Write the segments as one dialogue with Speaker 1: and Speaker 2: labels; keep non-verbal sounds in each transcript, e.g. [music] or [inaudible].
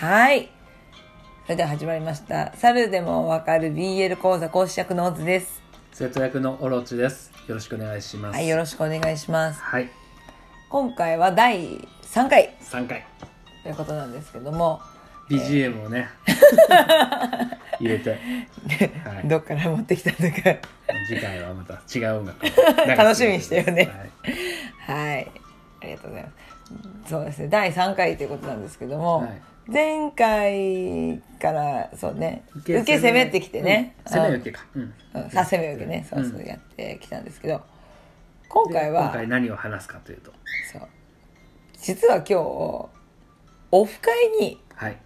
Speaker 1: はい。それでは始まりました。猿でもわかる BL 講座講師役のオズです。
Speaker 2: 生徒役のオロチです。よろしくお願いします。
Speaker 1: はい、よろしくお願いします。
Speaker 2: はい、
Speaker 1: 今回は第3回
Speaker 2: 3回。
Speaker 1: ということなんですけども、
Speaker 2: BGM
Speaker 1: [laughs]
Speaker 2: をね、入れて、はい
Speaker 1: どっから持ってきたのか。
Speaker 2: 次回はまた違う音楽を流してみて
Speaker 1: [laughs] 楽しみにしてよね
Speaker 2: はい
Speaker 1: はい。ありがとうございます。そうですね、第3回ということなんですけども、
Speaker 2: はい
Speaker 1: 前回から、そうね、受け攻めてきてね。
Speaker 2: うん攻め受けか。うん
Speaker 1: うんさ攻め受けね、そうそううんやってきたんですけど、今回は
Speaker 2: 今回何を話すかというと、
Speaker 1: そう実は今日オフ会に
Speaker 2: はい。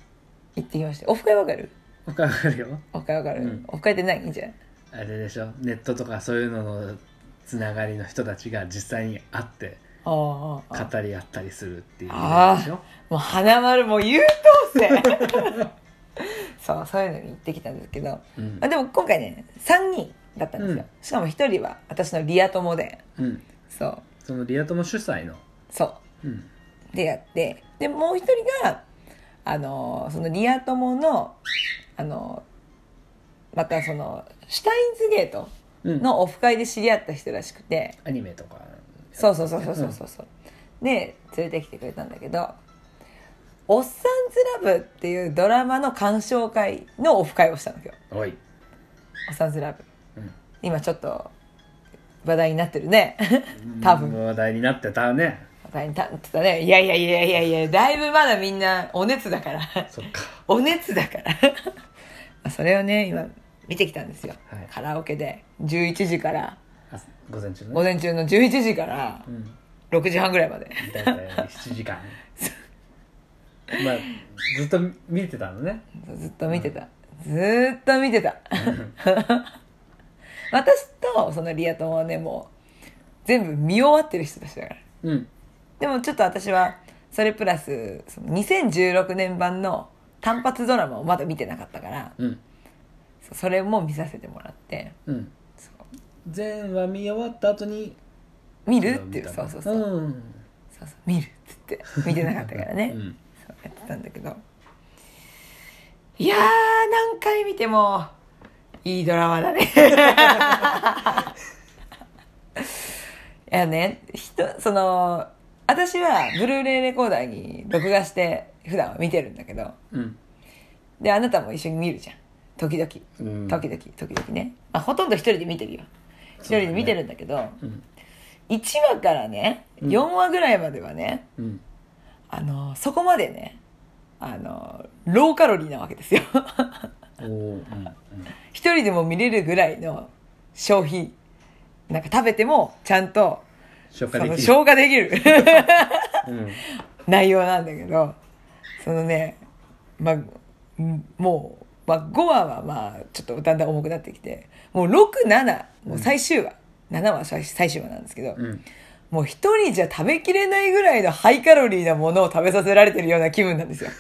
Speaker 1: 行ってきましたオフ会わかる
Speaker 2: わかるよ。
Speaker 1: オフ会わかる、
Speaker 2: うん
Speaker 1: オフ会って何じゃん
Speaker 2: あれでしょ、ネットとかそういうののつながりの人たちが実際に会って
Speaker 1: ああああ
Speaker 2: 語り合ったりするっていうイベントでしょ。
Speaker 1: もう花丸もう優等生そうそういうのに行ってきたんですけど、
Speaker 2: うん
Speaker 1: まあ、でも今回ね3人だったんですよ、しかも1人は私のリア友で
Speaker 2: うん。
Speaker 1: そう
Speaker 2: そのリア友主催の、
Speaker 1: そう
Speaker 2: うん。
Speaker 1: でやってでもう一人があのそのリア友のあのまたそのシュタインズゲート
Speaker 2: うん、
Speaker 1: のオフ会で知り合った人らしくて、
Speaker 2: アニメとか。
Speaker 1: そうそうそうそうそうそうそうで連れてきてくれたんだけど「おっさんずラブ」っていうドラマの鑑賞会のオフ会をしたんですよ
Speaker 2: おい。
Speaker 1: 「おっさんずラブ
Speaker 2: うん」
Speaker 1: 今ちょっと話題になってるね多分
Speaker 2: 話題になってたね
Speaker 1: 話題になってたねいやいやいやいやいやだいぶまだみんなお熱だから
Speaker 2: そっか
Speaker 1: [laughs] お熱だからまあそれをね今見てきたんですよ、
Speaker 2: はい
Speaker 1: カラオケで11時から
Speaker 2: あ午前中
Speaker 1: 午
Speaker 2: のね
Speaker 1: 前中の11時から
Speaker 2: うん
Speaker 1: 6時半ぐらいまで
Speaker 2: 大体7時間 [laughs] まあずっと見てたのね
Speaker 1: ずっと見てた、ずーっと見てた [laughs] 私とそのリア友はねもう全部見終わってる人たちだから
Speaker 2: うん
Speaker 1: でもちょっと私はそれプラスその2016年版の単発ドラマをまだ見てなかったから
Speaker 2: うん
Speaker 1: それも見させてもらって
Speaker 2: うん
Speaker 1: そう
Speaker 2: 全話見終わった後に
Speaker 1: 見
Speaker 2: 見
Speaker 1: るっていうそうそうそう、
Speaker 2: うん
Speaker 1: そうそう見るっつって見てなかったからね、
Speaker 2: うん
Speaker 1: そうやってたんだけどいやー何回見てもいいドラマだ
Speaker 2: [laughs]
Speaker 1: ねいやね人その私はブルーレイレコーダーに録画して普段は見てるんだけど
Speaker 2: うん
Speaker 1: であなたも一緒に見るじゃん時々時
Speaker 2: うん
Speaker 1: 々時々ね、まあ、ほとんど一人で見てるよ一人で見てるんだけど、
Speaker 2: うん
Speaker 1: 一1話からね
Speaker 2: うん
Speaker 1: 4話ぐらいまではね、
Speaker 2: うん
Speaker 1: あの、そこまでね、あの、ローカロリーなわけですよ。 [laughs]
Speaker 2: おおーうん
Speaker 1: 一人でも見れるぐらいの消費。なんか食べてもちゃんと、
Speaker 2: 消
Speaker 1: そ
Speaker 2: 化で
Speaker 1: の
Speaker 2: きる
Speaker 1: 消化できる
Speaker 2: うん
Speaker 1: 内容なんだけど、そのね、まあ、んもう、まあ、5話はまあ、ちょっとだんだん重くなってきて、もう6、7、もう最終話、7話は最最終話なんですけど、
Speaker 2: うん
Speaker 1: もう一人じゃ食べきれないぐらいのハイカロリーなものを食べさせられてるような気分なんですよ。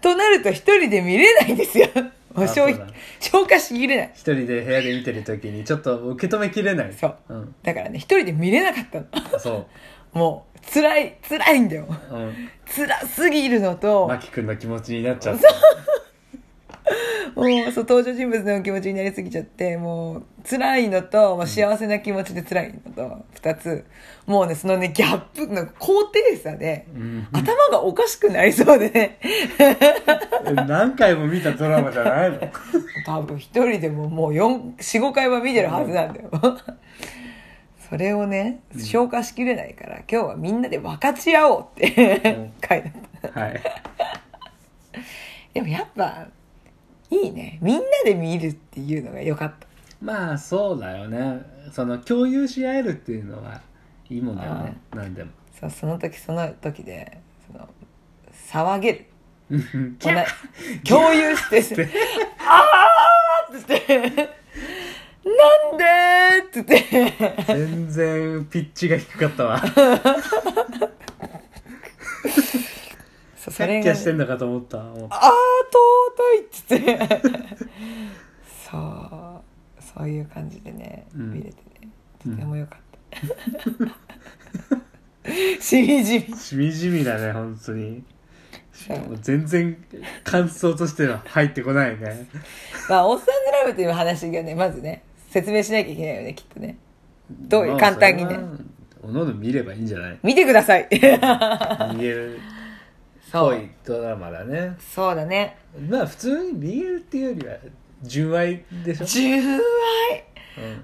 Speaker 1: となると一人で見れないんですよ。もう
Speaker 2: あ
Speaker 1: 消
Speaker 2: そうだ
Speaker 1: 費、消化しきれない。
Speaker 2: 一人で部屋で見てる時にちょっと受け止めきれない
Speaker 1: そう
Speaker 2: うん
Speaker 1: だからね、一人で見れなかったの。
Speaker 2: そ
Speaker 1: もう、辛い、辛いんだよ。
Speaker 2: ううん
Speaker 1: 辛すぎるのと、
Speaker 2: マキ君の気持ちになっちゃった
Speaker 1: もう、そう、登場人物の気持ちになりすぎちゃって、もう、辛いのと、まあ、幸せな気持ちで辛いのと、二つ、もうね、そのね、ギャップの高低差で、
Speaker 2: うん
Speaker 1: 頭がおかしくなりそうでね、
Speaker 2: 何回も見たドラマじゃないの
Speaker 1: 多分一人でももう45回は見てるはずなんだよそれをね消化しきれないから、今日はみんなで分かち合おうって [laughs] 書いてあった
Speaker 2: はい
Speaker 1: でもやっぱいいねみんなで見るっていうのが良かった
Speaker 2: まあそうだよねその共有し合えるっていうのはいいもんだよね
Speaker 1: [laughs]
Speaker 2: 何でも
Speaker 1: そうその時その時でその騒げる
Speaker 2: うん
Speaker 1: 同じ共有してあーっつってなんでーっつって
Speaker 2: [laughs] 全然ピッチが低かったわ
Speaker 1: [laughs] そう
Speaker 2: キャッキャしてんのかと思ったもう
Speaker 1: あー尊いっつってそうそういう感じでね、
Speaker 2: うん
Speaker 1: 見れてねとても良かった、しみじみ
Speaker 2: しみじみだね本当にもう全然感想としては入ってこないね
Speaker 1: まあ、おっさんズラブという話がね、まずね、説明しなきゃいけないよね、きっとね。どういう、
Speaker 2: まあ
Speaker 1: 簡単に
Speaker 2: それ
Speaker 1: ね。
Speaker 2: はおのおの見ればいいんじゃない
Speaker 1: [laughs] 見てください。
Speaker 2: 見えるっ
Speaker 1: そ
Speaker 2: ぽ
Speaker 1: う
Speaker 2: い。ドラマだね
Speaker 1: そうだね。
Speaker 2: まあ普通に BL っていうよりは純愛でしょ、
Speaker 1: 純愛。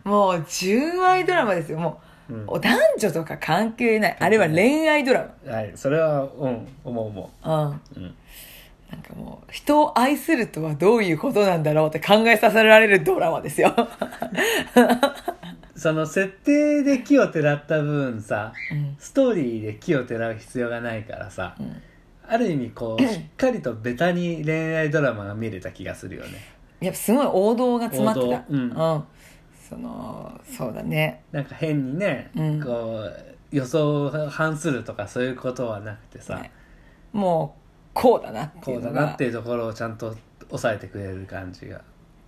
Speaker 2: うん
Speaker 1: もう、純愛ドラマですよ。もう、
Speaker 2: うん
Speaker 1: お男女とか関係ない。あれは恋愛ドラ
Speaker 2: はい、それはうん思う思
Speaker 1: マ。うん。
Speaker 2: う、うん、
Speaker 1: なんかもう、人を愛するとはどういうことなんだろうって考えさせられるドラマです
Speaker 2: [laughs]
Speaker 1: よ。
Speaker 2: その設定で木をてらった分さ
Speaker 1: うん。
Speaker 2: ストーリーで木をてらう必要がないからさ、
Speaker 1: うん
Speaker 2: ある意味こうしっかりとベタに恋愛ドラマが見れた気がするよね
Speaker 1: やっぱすごい王道が詰まって
Speaker 2: 王
Speaker 1: た
Speaker 2: 道。うん
Speaker 1: うん。その、そうだね。
Speaker 2: なんか変にね、
Speaker 1: うん
Speaker 2: こう予想を反するとかそういうことはなくてさ、
Speaker 1: ねもう、こうだなってい
Speaker 2: こ
Speaker 1: う
Speaker 2: うだ
Speaker 1: の
Speaker 2: な
Speaker 1: が
Speaker 2: って。いうところをちゃんと抑えてくれる感じが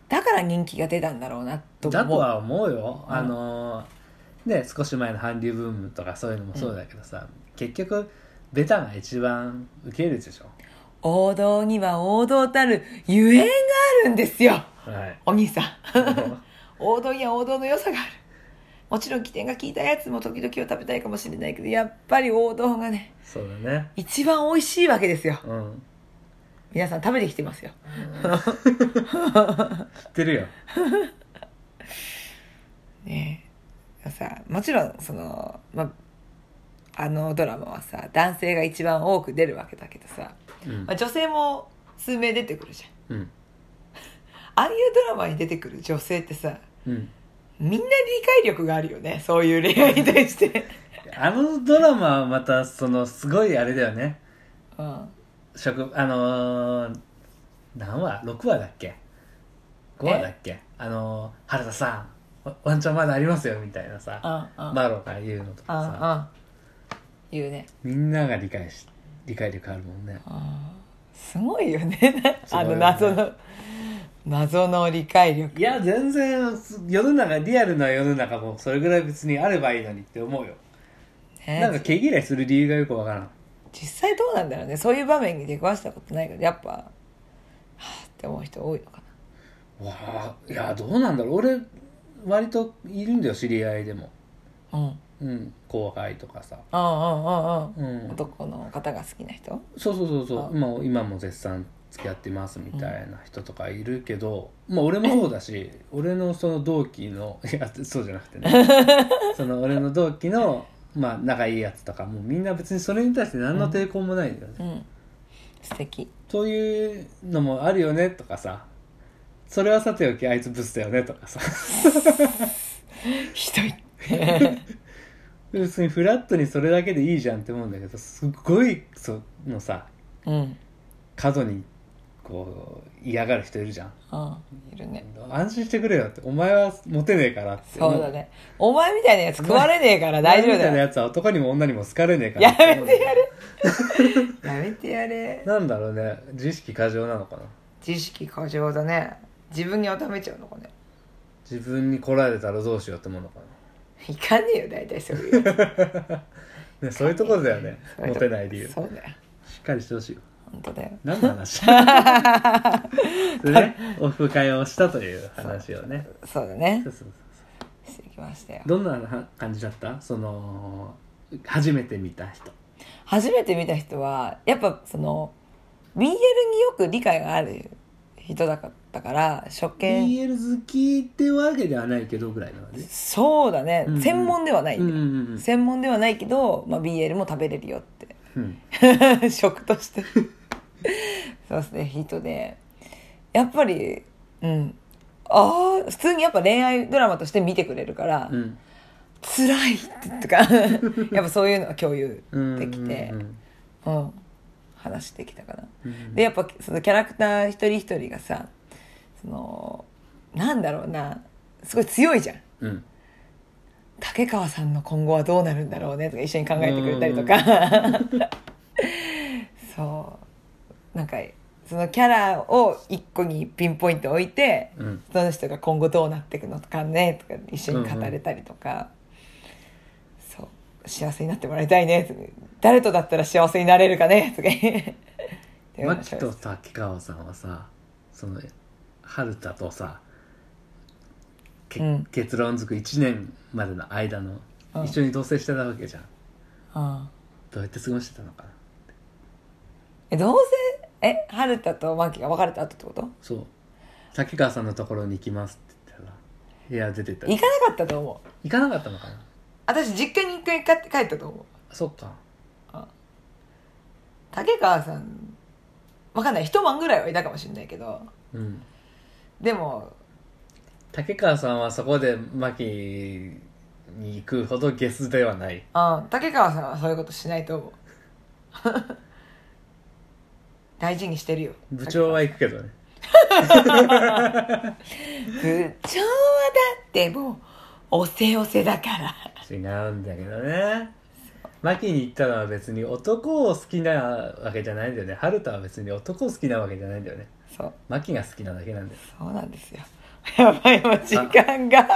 Speaker 1: だから人気が出たんだろうなと
Speaker 2: だ
Speaker 1: 思
Speaker 2: と
Speaker 1: う。
Speaker 2: は思うよ、
Speaker 1: うん
Speaker 2: あのね少し前の韓流ブームとかそういうのもそうだけどさ、結局ベタが一番受けるでしょ
Speaker 1: 王道には王道たるゆえんがあるんですよ
Speaker 2: はい
Speaker 1: お兄さん王道には王道の良さがあるもちろん起点が効いたやつも時々を食べたいかもしれないけどやっぱり王道がね
Speaker 2: そうだね
Speaker 1: 一番美味しいわけですよ
Speaker 2: うん
Speaker 1: 皆さん食べてきてますよ
Speaker 2: 知ってるよ
Speaker 1: ねえさもちろんその、ま、あのドラマはさ男性が一番多く出るわけだけどさ、
Speaker 2: うん
Speaker 1: ま、女性も数名出てくるじゃん
Speaker 2: うん
Speaker 1: ああいうドラマに出てくる女性ってさ
Speaker 2: うん
Speaker 1: みんな理解力があるよねそういう恋愛に対して、
Speaker 2: あのドラマはまたそのすごいあれだよね
Speaker 1: うん、
Speaker 2: 職あのー何話 ?6 話だっけ ?5 話だっけあのー原田さんワワンチャンまだありますよみたいなさ
Speaker 1: うんうん
Speaker 2: マロが言うのとかさ
Speaker 1: あうん言うね
Speaker 2: みんなが理解し理解力あるもんね
Speaker 1: すごいよね
Speaker 2: すご
Speaker 1: あ
Speaker 2: いよ
Speaker 1: の
Speaker 2: ね
Speaker 1: 謎の、謎の理解力
Speaker 2: いや全然世の中リアルな世の中もそれぐらい別にあればいいのにって思うよ、
Speaker 1: ね
Speaker 2: なんか毛嫌いする理由がよくわからん
Speaker 1: 実際どうなんだろうねそういう場面に出くわしたことないけどやっぱはあって思う人多いのか
Speaker 2: わあいやどうなんだろう俺割といるんだよ知り合いでも
Speaker 1: なうんうん
Speaker 2: うん後輩とかさ
Speaker 1: うんうん
Speaker 2: うん
Speaker 1: 男の方が好きな人
Speaker 2: そうそうそうそ
Speaker 1: あ
Speaker 2: う今も今も絶賛付き合ってますみたいな人とかいるけど、まあ俺もそうだし [laughs] 俺のその同期のいやそうじゃなくてねその俺の同期のまあ仲いいやつとかもうみんな別にそれに対して何の抵抗もないんだよね、
Speaker 1: うん素敵
Speaker 2: そういうのもあるよねとかさそれはさておきあいつブスだよねとかさ [laughs]
Speaker 1: ひどい [laughs]
Speaker 2: 別にフラットにそれだけでいいじゃんって思うんだけどすっごいそのさ
Speaker 1: うん
Speaker 2: 過度にこう嫌がる人いるじゃん
Speaker 1: うんいるね
Speaker 2: 安心してくれよってお前はモテねえからって
Speaker 1: そうだね。お前みたいなやつ食われねえから大丈夫
Speaker 2: みたいな
Speaker 1: だよ。
Speaker 2: やつは男にも女にも好かれねえから
Speaker 1: や
Speaker 2: って
Speaker 1: めてやる。やめてやれ。
Speaker 2: なんだろうね自意識過剰なのかな
Speaker 1: 知識過剰だね。自分に温めちゃうのかね。
Speaker 2: 自分に来られたらどうしようって思うのか
Speaker 1: いかねえよ、大体そういうやつ。
Speaker 2: な、ね、そういうところだよね
Speaker 1: そうう
Speaker 2: モ
Speaker 1: と
Speaker 2: テない理由し
Speaker 1: そうだよ。
Speaker 2: っかりしてほしいよ
Speaker 1: 本当だよ。
Speaker 2: 何の
Speaker 1: [laughs]
Speaker 2: 話でねオフ会をしたという話をね
Speaker 1: そうだね
Speaker 2: そ。うそうそう
Speaker 1: してきましたよ。
Speaker 2: どんなは感じだったその初めて見た人
Speaker 1: 初めて見た人は、やっぱその、BL によく理解がある人だったから、初見、
Speaker 2: BL 好きってわけではないけどぐらいなのね
Speaker 1: そうだね
Speaker 2: うんう。ん
Speaker 1: 専門ではない
Speaker 2: うんん
Speaker 1: だ
Speaker 2: う
Speaker 1: よ。
Speaker 2: んうん
Speaker 1: 専門ではないけど、まあ、BL も食べれるよって。
Speaker 2: うん
Speaker 1: [laughs] 食としてそうですね人でやっぱりうんああ普通にやっぱ恋愛ドラマとして見てくれるから、
Speaker 2: うん
Speaker 1: 辛いってとか [laughs] やっぱそういうのが共有できて
Speaker 2: うんう、
Speaker 1: うん話できたかな、
Speaker 2: んうん
Speaker 1: でやっぱそのキャラクター一人一人がさそのなんだろうなすごい強いじゃん
Speaker 2: うんうん
Speaker 1: 竹川さんの今後はどうなるんだろうねとか一緒に考えてくれたりとか [laughs] そうなんかそのキャラを一個にピンポイント置いて
Speaker 2: うん
Speaker 1: その人が今後どうなっていくのかねとか一緒に語れたりとか、
Speaker 2: [laughs]
Speaker 1: そう幸せになってもらいたいねとか誰とだったら幸せになれるかねとかていう
Speaker 2: マ
Speaker 1: 話
Speaker 2: キ
Speaker 1: を
Speaker 2: とさ秋川さんはさその春田とさ、け
Speaker 1: うん
Speaker 2: 結論づく1年までの間の
Speaker 1: うん
Speaker 2: 一緒に同棲してたわけじゃん、
Speaker 1: うん
Speaker 2: どうやって過ごしてたのかな
Speaker 1: えどうせえ春田とマキが別れた後ってこと
Speaker 2: そう滝川さんのところに行きますって言ったら部屋出てった
Speaker 1: 行かなかったと思う
Speaker 2: 行かなかったのかな
Speaker 1: 私実家に一回帰って帰ったと思う
Speaker 2: そっか
Speaker 1: 竹川さんわかんない一晩ぐらいはいたかもしれないけど
Speaker 2: うん
Speaker 1: でも
Speaker 2: 竹川さんはそこで牧に行くほどゲスではない
Speaker 1: あ竹川さんはそういうことしないと思う [laughs] 大事にしてるよ
Speaker 2: 部長は行くけどね
Speaker 1: 部長はだってもうおせおせだから
Speaker 2: 違うんだけどねマキに行ったのは別に男を好きなわけじゃないんだよね春田は別に男を好きなわけじゃないんだよね
Speaker 1: そう
Speaker 2: マキが好きなだけなんだよ
Speaker 1: そうなんですよやばいもう時間が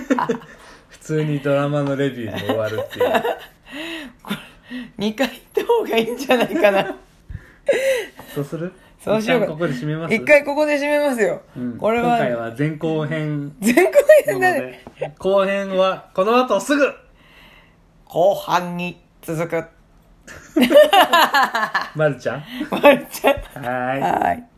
Speaker 1: [laughs]
Speaker 2: 普通にドラマのレビューで終わるっていう
Speaker 1: [laughs] 2回行った方がいいんじゃないか [laughs] な
Speaker 2: そうする
Speaker 1: そうしようか
Speaker 2: 一旦ここで締めます
Speaker 1: 一、回ここで締めますよ、
Speaker 2: うん、
Speaker 1: これは
Speaker 2: 今回は前後編
Speaker 1: 全国
Speaker 2: な
Speaker 1: 編
Speaker 2: の
Speaker 1: だね
Speaker 2: で後編はこの後すぐ
Speaker 1: 後半に続く [laughs]
Speaker 2: まるちゃん
Speaker 1: まるちゃん
Speaker 2: はーい
Speaker 1: はい